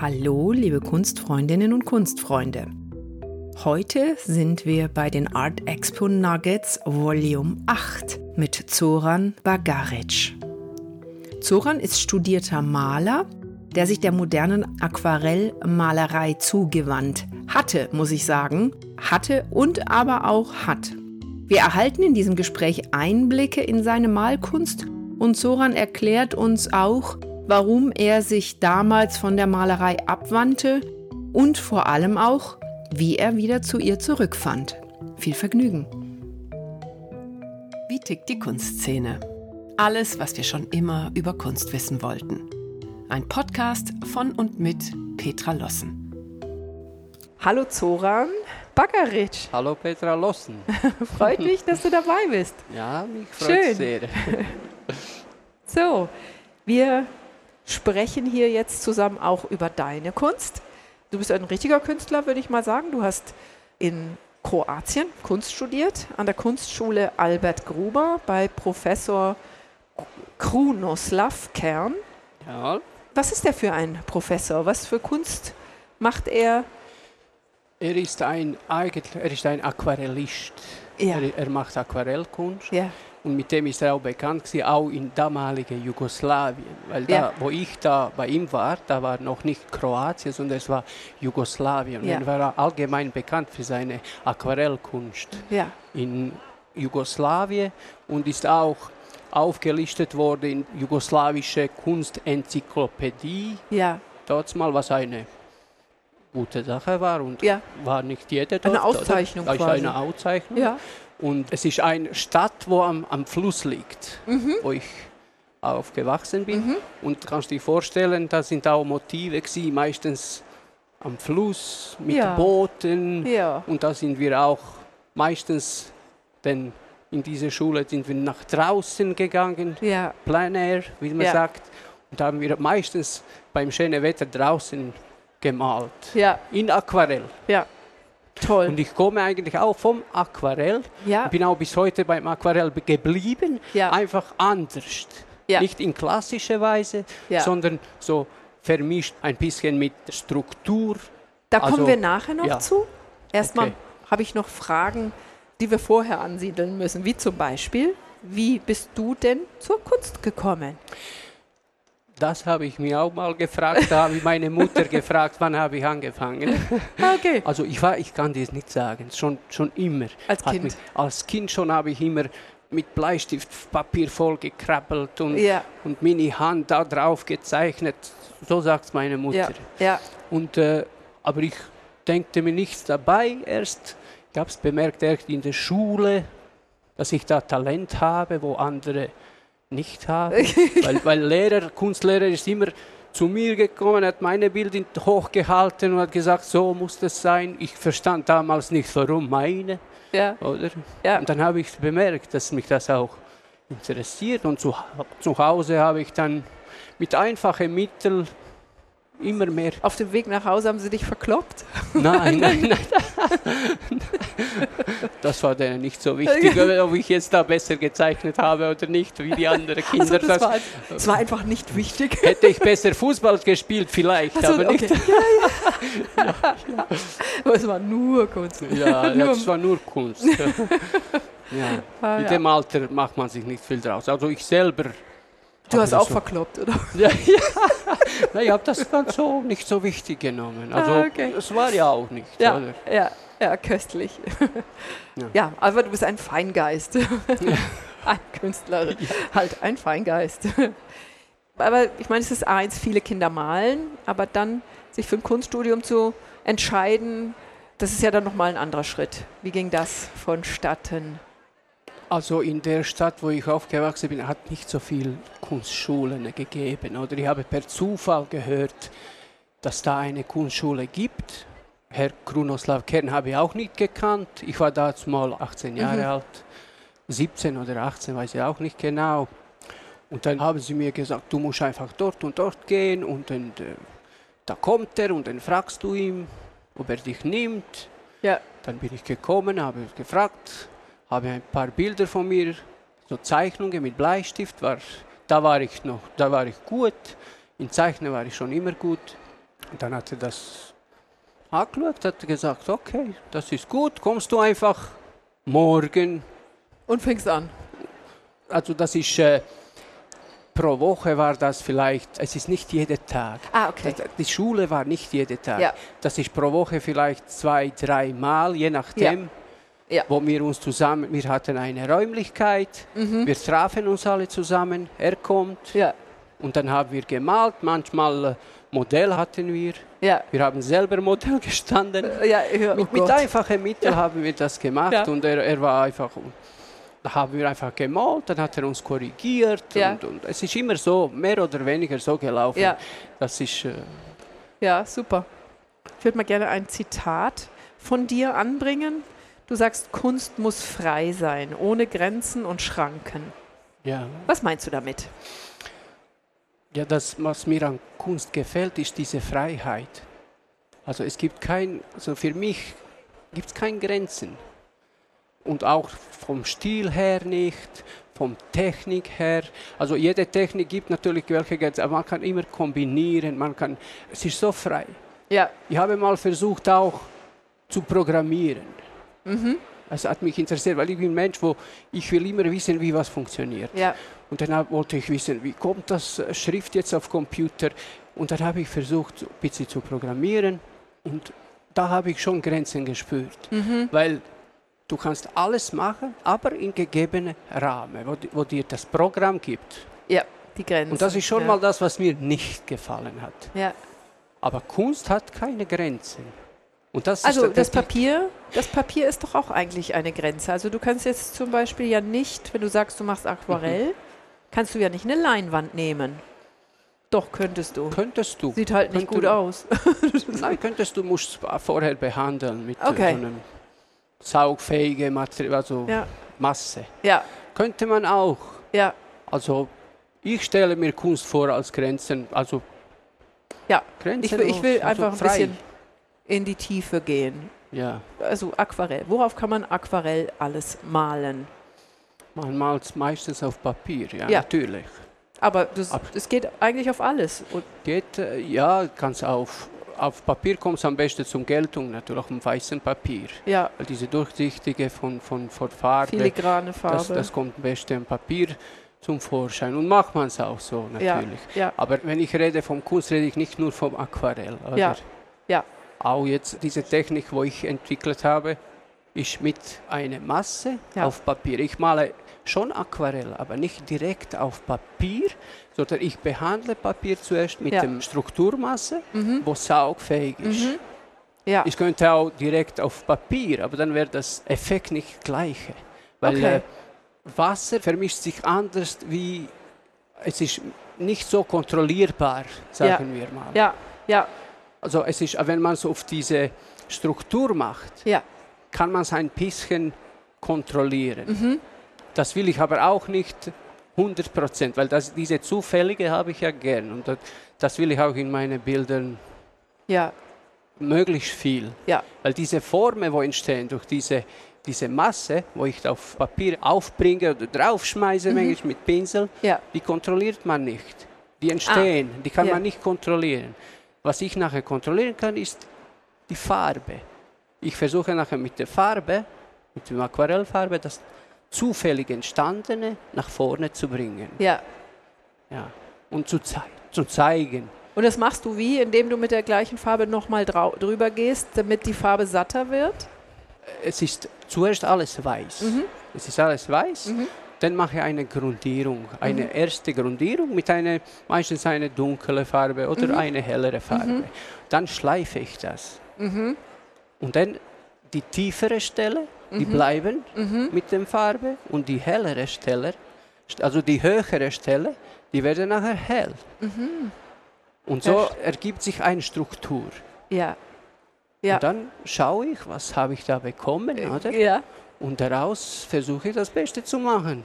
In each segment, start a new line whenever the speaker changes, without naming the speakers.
Hallo, liebe Kunstfreundinnen und Kunstfreunde. Heute sind wir bei den Art Expo Nuggets Volume 8 mit Zoran Bagaric. Zoran ist studierter Maler, der sich der modernen Aquarellmalerei zugewandt hatte, muss ich sagen, hatte und aber auch hat. Wir erhalten in diesem Gespräch Einblicke in seine Malkunst und Soran erklärt uns auch, warum er sich damals von der Malerei abwandte und vor allem auch, wie er wieder zu ihr zurückfand. Viel Vergnügen.
Wie tickt die Kunstszene? Alles, was wir schon immer über Kunst wissen wollten. Ein Podcast von und mit Petra Lossen.
Hallo Zoran Bagaric.
Hallo Petra Lossen.
Freut mich, dass du dabei bist.
Ja, mich freut
Schön.
sehr.
So, wir sprechen hier jetzt zusammen auch über deine Kunst. Du bist ein richtiger Künstler, würde ich mal sagen. Du hast in Kroatien Kunst studiert, an der Kunstschule Albert Gruber bei Professor Krunoslav Kern.
Ja,
Was ist der für ein Professor? Was für Kunst macht er?
er ist ein eigentlich, er ist ein Aquarellist.
Ja.
Er, er macht Aquarellkunst
Ja,
und mit dem ist er auch bekannt gewesen, auch in damaligen Jugoslawien. Weil da,
Ja.
wo ich da bei ihm war, da war noch nicht Kroatien, sondern es war Jugoslawien.
Ja.
Und er war allgemein bekannt für seine Aquarellkunst.
ja,
in Jugoslawien und ist auch aufgelistet worden in jugoslawische Kunstenzyklopädie.
ja.
Dort mal was eine gute Sache war und
Ja.
war nicht jeder dort.
Eine
oder?
Auszeichnung
Da ist
quasi.
eine Auszeichnung.
Ja.
Und es ist eine Stadt, wo am, am Fluss liegt,
Mhm.
wo ich aufgewachsen bin. Und kannst dir vorstellen, da sind auch Motive gewesen, meistens am Fluss mit
Ja.
Booten.
Ja.
Und da sind wir auch meistens, denn in dieser Schule sind wir nach draußen gegangen,
Ja,
Plein Air, wie man
Ja.
sagt. Und da haben wir meistens beim schönen Wetter draußen gemalt.
ja,
In Aquarell.
ja. Toll.
Und ich komme eigentlich auch vom Aquarell.
Ja.
Ich bin auch bis heute beim Aquarell be- geblieben.
Ja.
Einfach anders.
Ja.
Nicht in klassischer Weise,
Ja.
sondern so vermischt ein bisschen mit Struktur.
Da kommen
Also,
wir nachher noch
ja.
zu. Erstmal
Okay.
habe ich noch Fragen, die wir vorher ansiedeln müssen, wie zum Beispiel, wie bist du denn zur Kunst gekommen?
Das habe ich mir auch mal gefragt. Da habe ich meine Mutter gefragt, wann habe ich angefangen.
Okay.
Also ich war, ich kann das nicht sagen, schon, schon immer.
Als
hat
Kind?
Mich, als Kind schon habe ich immer mit Bleistiftpapier vollgekrabbelt und,
Ja.
und meine Hand da drauf gezeichnet. So sagt meine
Ja,
Mutter.
ja,
Und, äh, aber ich denke mir nichts dabei. Erst ich habe es bemerkt, erst in der Schule, dass ich da Talent habe, wo andere nicht haben. weil, weil Lehrer, Kunstlehrer ist immer zu mir gekommen, hat meine Bilder hochgehalten und hat gesagt, so muss das sein. Ich verstand damals nicht, warum meine,
ja,
oder?
Ja.
Und dann habe ich bemerkt, dass mich das auch interessiert. Und zu, zu Hause habe ich dann mit einfachen Mitteln immer mehr
Auf dem Weg nach Hause haben sie dich verkloppt.
Nein, nein, nein. Das war denen nicht so wichtig, ob ich jetzt da besser gezeichnet habe oder nicht, wie die anderen Kinder.
Also das,
das
war, das war einfach nicht wichtig.
hätte ich besser Fußball gespielt, vielleicht,
Also,
aber
okay.
nicht.
ja, ja. Aber es war nur Kunst.
Ja,
Nur-
das war nur Kunst. Ja.
Ah,
Mit
ja.
dem Alter macht man sich nicht viel draus. Also ich selber.
Du
hab
hast
das
auch
so-
verkloppt, oder?
Ja, ja. Nein, ich habe das ganz so nicht so wichtig genommen. Also
Ah, okay.
es war ja auch nicht.
Ja,
Oder?
ja, ja, köstlich. Ja.
Ja.
aber du bist ein Feingeist. ein Künstler. Halt ein Feingeist. Aber ich meine, es ist eins, viele Kinder malen, aber dann sich für ein Kunststudium zu entscheiden, das ist ja dann nochmal ein anderer Schritt. Wie ging das vonstatten?
Also in der Stadt, wo ich aufgewachsen bin, hat nicht so viel Kunstschulen gegeben. Oder ich habe per Zufall gehört, dass da eine Kunstschule gibt. Herr Krunoslav Kern habe ich auch nicht gekannt. Ich war damals mal 18 Jahre alt, 17 oder 18, weiß ich auch nicht genau. Und dann haben sie mir gesagt, du musst einfach dort und dort gehen und dann, äh, da kommt er und dann fragst du ihm, ob er dich nimmt.
Ja,
Dann bin ich gekommen, habe gefragt, habe ein paar Bilder von mir, so Zeichnungen mit Bleistift, war, da war ich noch, da war ich gut, in Zeichnen war ich schon immer gut. Und dann hat er das angeschaut, hat gesagt, okay, das ist gut, kommst du einfach morgen.
Und fängst an.
Also das ist, äh, pro Woche war das vielleicht, es ist nicht jeden Tag.
Ah, okay.
Das- äh, Die Schule war nicht jeden Tag.
Ja.
Das ist pro Woche vielleicht zwei, drei Mal, je nachdem.
Ja.
Wo wir uns zusammen, wir hatten eine Räumlichkeit,
mhm.
wir trafen uns alle zusammen, er kommt
Ja,
und dann haben wir gemalt, manchmal äh, Modell hatten wir,
ja.
wir haben selber Modell gestanden.
Ja, ja, oh
mit, mit
Gott.
einfachen Mitteln haben wir das gemacht
Ja.
und er, er war einfach, da haben wir einfach gemalt, dann hat er uns korrigiert
Ja.
und, und es ist immer so, mehr oder weniger so gelaufen.
Ja.
Das ist, äh,
Ja, super. Ich würde mal gerne ein Zitat von dir anbringen. Du sagst, Kunst muss frei sein, ohne Grenzen und Schranken.
ja.
Was meinst du damit?
ja, das, was mir an Kunst gefällt, ist diese Freiheit. Also es gibt kein, also für mich gibt es keine Grenzen. Und auch vom Stil her nicht, vom Technik her. Also jede Technik gibt natürlich welche Grenzen, aber man kann immer kombinieren, man kann, es ist so frei.
Ja,
Ich habe mal versucht auch zu programmieren.
Mhm.
Das hat mich interessiert, weil ich bin ein Mensch, wo ich will immer wissen, wie was funktioniert.
ja,
Und dann hab- wollte ich wissen, wie kommt das äh, Schrift jetzt auf Computer? Und dann habe ich versucht, ein bisschen zu programmieren. Und da habe ich schon Grenzen
Mhm.
gespürt, weil du kannst alles machen, aber in gegebenen Rahmen, wo, di- wo dir das Programm gibt.
ja, die Grenzen.
Und das ist schon
ja.
mal das, was mir nicht gefallen hat.
Ja.
Aber Kunst hat keine Grenzen. Und das
Also
ist der-
das Papier, das Papier ist doch auch eigentlich eine Grenze. Also du kannst jetzt zum Beispiel ja nicht, wenn du sagst, du machst Aquarell,
Mhm.
kannst du ja nicht eine Leinwand nehmen. Doch könntest du.
Könntest du.
Sieht halt nicht
Könnte-
gut aus.
Nein, könntest du, musst es vorher behandeln mit äh,
Okay.
so einem saugfähigen Material, also
Ja,
Masse.
ja,
Könnte man auch.
ja,
Also ich stelle mir Kunst vor als Grenzen, also
ja. Ich
Grenzen.
will, ich will
also
einfach ein
frei.
bisschen in die Tiefe gehen.
Ja,
Also Aquarell. Worauf kann man Aquarell alles malen?
man malt meistens auf Papier, ja,
Ja.
natürlich.
Aber das,
Ab-
es geht eigentlich auf alles. Und,
Geht, äh, ja, kannst auf, auf Papier kommt es am besten zum Geltung, natürlich auf dem weißen Papier.
ja,
Weil diese durchsichtige von, von, von Farbe,
filigrane
das,
Farbe.
das kommt am besten im Papier zum Vorschein. Und macht man es auch so,
ja,
natürlich.
ja,
Aber wenn ich rede vom Kunst, rede ich nicht nur vom Aquarell. Oder?
Ja, ja.
Auch jetzt diese Technik, wo ich entwickelt habe, ist mit einer Masse
Ja.
auf Papier. Ich male schon Aquarell, aber nicht direkt auf Papier, sondern ich behandle Papier zuerst mit
Ja. Mhm.
dem Strukturmasse, wo saugfähig ist.
ja,
Ich könnte auch direkt auf Papier, aber dann wäre das Effekt nicht gleiche. Weil
Okay.
äh, Wasser vermischt sich anders wie es ist nicht so kontrollierbar, sagen wir mal.
ja, ja,
Also es ist, wenn man es auf diese Struktur macht,
ja,
kann man es ein bisschen kontrollieren.
Mhm.
Das will ich aber auch nicht 100 Prozent, weil das, diese Zufällige habe ich ja gern und das, das will ich auch in meinen Bildern
ja,
möglichst viel.
ja,
Weil diese Formen, die entstehen durch diese, diese Masse, wo ich auf Papier aufbringe oder draufschmeiße, manchmal mit Pinsel,
ja,
die kontrolliert man nicht. Die entstehen, die kann
ja.
man nicht kontrollieren. Was ich nachher kontrollieren kann, ist die Farbe. Ich versuche nachher mit der Farbe, mit der Aquarellfarbe, das zufällig Entstandene nach vorne zu bringen
ja.
ja. und zu, zei zu zeigen.
Und das machst du wie, indem du mit der gleichen Farbe nochmal drüber gehst, damit die Farbe satter wird?
es ist zuerst alles weiß. Es ist alles weiß. Dann mache ich eine Grundierung, eine erste Grundierung mit einer meistens eine dunkle Farbe oder eine hellere Farbe. Dann schleife ich das. Und dann die tiefere Stelle, die bleiben mit der Farbe und die hellere Stelle, st- also die höhere Stelle, die werden nachher hell. Und so ergibt sich eine Struktur.
Ja. Ja.
Und dann schaue ich, was habe ich da bekommen, oder?
äh, ja.
Und daraus versuche ich das Beste zu machen.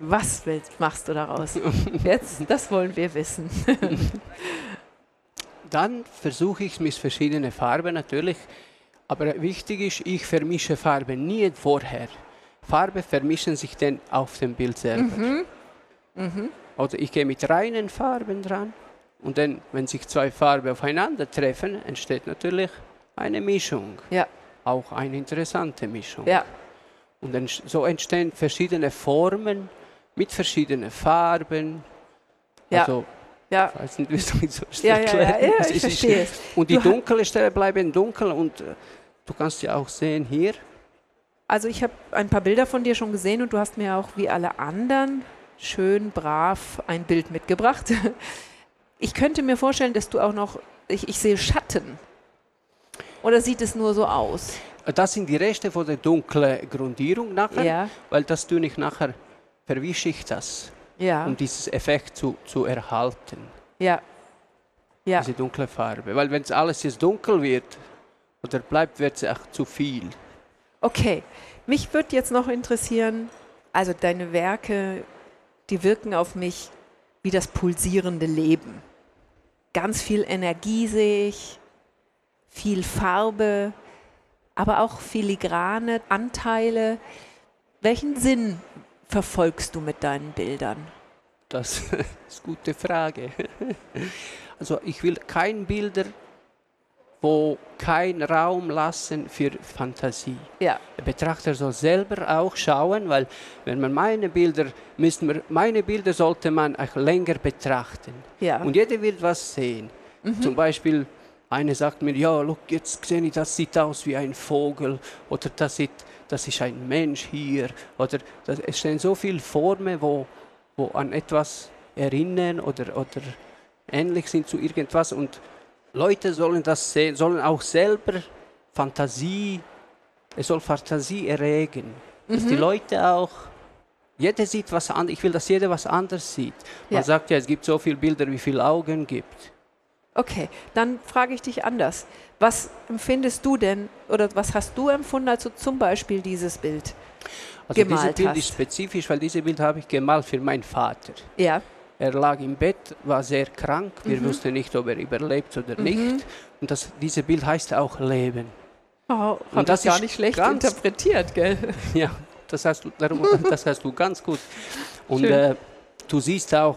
Was willst, machst du daraus? Jetzt, das wollen wir wissen.
Dann versuche ich mit verschiedenen Farben natürlich. Aber wichtig ist, ich vermische Farben nie vorher. Farben vermischen sich dann
Mhm.
auf dem Bild selber. Also ich gehe mit reinen Farben dran Und dann, wenn sich zwei Farben aufeinander treffen, entsteht natürlich eine Mischung.
Ja,
Auch eine interessante Mischung.
ja,
Und dann, sch- so entstehen verschiedene Formen mit verschiedenen Farben.
Ja.
Also,
ja.
ich weiß nicht, wie soll ich so
Ja, ja, ja, ja,
Es
ich
ist- ist-
verstehe es.
Und die
Du ha-
dunkle Stelle bleiben dunkel und äh, du kannst ja auch sehen hier.
Also ich habe ein paar Bilder von dir schon gesehen und du hast mir auch wie alle anderen schön brav ein Bild mitgebracht. Ich könnte mir vorstellen, dass du auch noch, ich, ich sehe Schatten. Oder sieht es nur so aus?
Äh, Das sind die Reste von der dunklen Grundierung nachher,
Ja.
weil das tue ich nachher, verwische ich das,
Ja,
um dieses Effekt zu, zu erhalten,
ja, ja,
diese dunkle Farbe. Weil wenn alles jetzt dunkel wird oder bleibt, wird es auch zu viel.
okay. Mich würde jetzt noch interessieren, also deine Werke, die wirken auf mich wie das pulsierende Leben. Ganz viel Energie sehe ich, viel Farbe, aber auch filigrane Anteile. Welchen Sinn verfolgst du mit deinen Bildern?
Das ist eine gute Frage. Also ich will kein Bilder, wo kein Raum lassen für Fantasie.
Ja,
Der Betrachter soll selber auch schauen, weil wenn man meine Bilder, müssen wir, meine Bilder sollte man auch länger betrachten.
ja,
Und jeder will was sehen. Zum Beispiel, einer sagt mir, ja, look, jetzt sehe ich, das sieht aus wie ein Vogel oder das, sieht, das ist ein Mensch hier. Oder das, es stehen so viele Formen, wo, wo an etwas erinnern oder, oder ähnlich sind zu irgendwas. Und Leute sollen das sehen, sollen auch selber Fantasie, es soll Fantasie erregen. Dass die Leute auch, jeder sieht was anderes, ich will, dass jeder was anderes sieht. Man
Ja.
sagt ja, es gibt so viele Bilder, wie viele Augen gibt.
okay. Dann frage ich dich anders. Was empfindest du denn oder was hast du empfunden, als du zum Beispiel dieses Bild?
Also dieses
Gemalt
Bild
hast.
ist spezifisch, weil dieses Bild habe ich gemalt für meinen Vater.
Ja,
Er lag im Bett, war sehr krank. Wir
Mhm.
wussten nicht, ob er überlebt oder nicht. Und das, dieses Bild heißt auch Leben.
Oh, hab
Und das
ich gar
ist
nicht schlecht
ganz-
interpretiert, gell?
Ja, das hast du, darum, das hast du ganz gut. Und
Schön.
äh, du siehst auch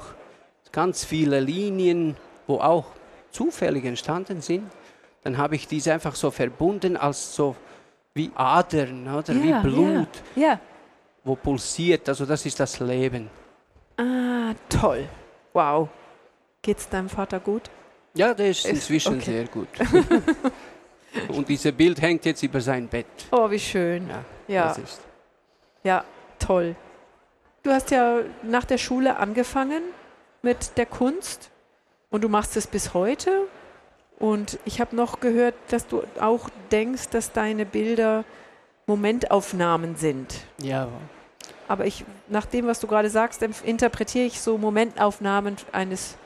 ganz viele Linien, wo auch zufällig entstanden sind. Dann habe ich diese einfach so verbunden als so wie Adern oder wie Blut,
Ja.
wo pulsiert. Also das ist das Leben.
Ah, toll. Wow. Geht's deinem Vater gut?
Ja, der ist
Ist-
inzwischen
okay.
sehr gut. Und dieses Bild hängt jetzt über sein Bett.
Oh, wie schön.
Ja,
Ja.
Das ist.
Ja, toll. Du hast ja nach der Schule angefangen mit der Kunst und du machst es bis heute. Und ich habe noch gehört, dass du auch denkst, dass deine Bilder Momentaufnahmen sind.
Ja,
Aber ich, nach dem, was du gerade sagst, empf- interpretiere ich so Momentaufnahmen eines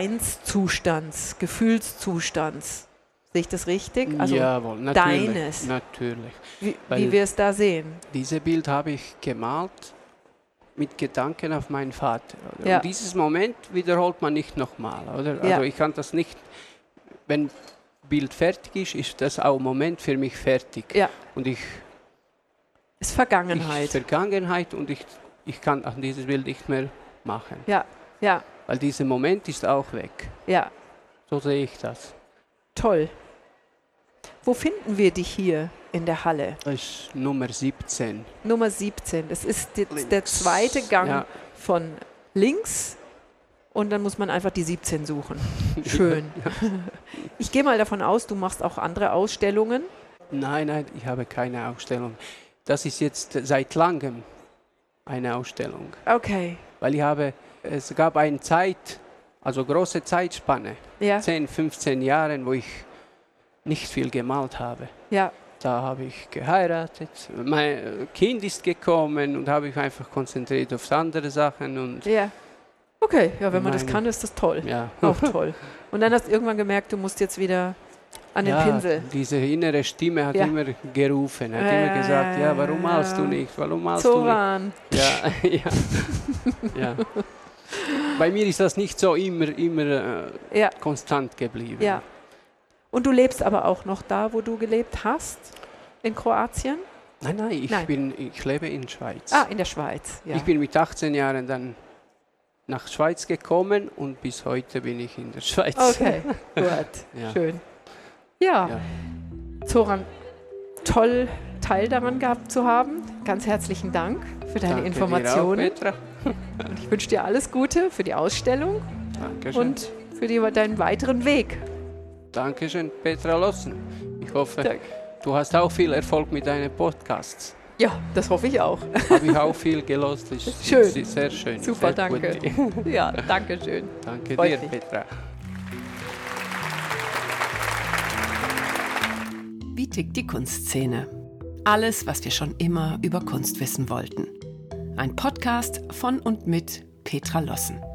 Seinszustands, Gefühlszustands. Sehe ich das richtig? Also,
jawohl, natürlich.
deines.
Natürlich.
wie, wie
weil-
wir es da sehen.
Dieses Bild habe ich gemalt mit Gedanken auf meinen Vater. Oder?
Ja.
Und dieses Moment wiederholt man nicht nochmal. Oder? Also
Ja.
ich kann das nicht, wenn Bild fertig ist, ist das auch Moment für mich fertig.
Ja,
Und ich,
ist
ich
Vergangenheit.
Vergangenheit und ich, ich kann an dieses Bild nicht mehr machen.
Ja, ja,
Weil dieser Moment ist auch weg.
ja,
So sehe ich das.
toll. Wo finden wir dich hier in der Halle?
Das ist Nummer 17.
Nummer 17. Das ist jetzt der zweite Gang
Ja.
von links und dann muss man einfach die 17 suchen. Schön. Ich gehe mal davon aus, du machst auch andere Ausstellungen.
Nein, nein, ich habe keine Ausstellung. Das ist jetzt seit langem eine Ausstellung,
Okay.
weil ich habe, es gab eine Zeit, also große Zeitspanne,
Ja,
10, 15 Jahren, wo ich nicht viel gemalt habe.
ja,
Da habe ich geheiratet, mein Kind ist gekommen und habe ich einfach konzentriert auf andere Sachen und
ja. Okay, ja, wenn man das
Meine-
kann, ist das toll.
ja.
Auch toll. Und dann hast du irgendwann gemerkt, du musst jetzt wieder an den
ja,
Pinsel.
Diese innere Stimme hat
Ja.
immer gerufen, hat
Ja, ja,
immer gesagt,
ja,
ja, warum
ja.
malst du nicht? Warum malst du nicht?
Zoran.
Ja, ja. ja. Bei mir ist das nicht so immer, immer äh,
Ja,
konstant geblieben.
ja. Und du lebst aber auch noch da, wo du gelebt hast? In Kroatien?
Nein, nein, ich,
Nein.
Bin, ich lebe in Schweiz.
Ah, in der Schweiz. Ja.
Ich bin mit 18 Jahren dann nach Schweiz gekommen und bis heute bin ich in der Schweiz.
Okay, gut,
Ja.
schön. Ja,
Ja.
Zoran, toll Teil daran gehabt zu haben. Ganz herzlichen Dank für deine
Danke dir auch,
Informationen.
Petra.
Und ich wünsche dir alles Gute für die Ausstellung
Dankeschön.
und für die, deinen weiteren Weg.
Dankeschön, Petra Lossen. Ich hoffe,
Danke.
du hast auch viel Erfolg mit deinen Podcasts.
Ja, das hoffe ich auch.
Habe ich auch viel gelost. Ist
Schön.
Ist sehr schön.
Super,
sehr gut.
danke. Ja, danke schön.
Danke
Freut
dir,
mich.
Petra.
Wie tickt die Kunstszene? Alles, was wir schon immer über Kunst wissen wollten. Ein Podcast von und mit Petra Lossen.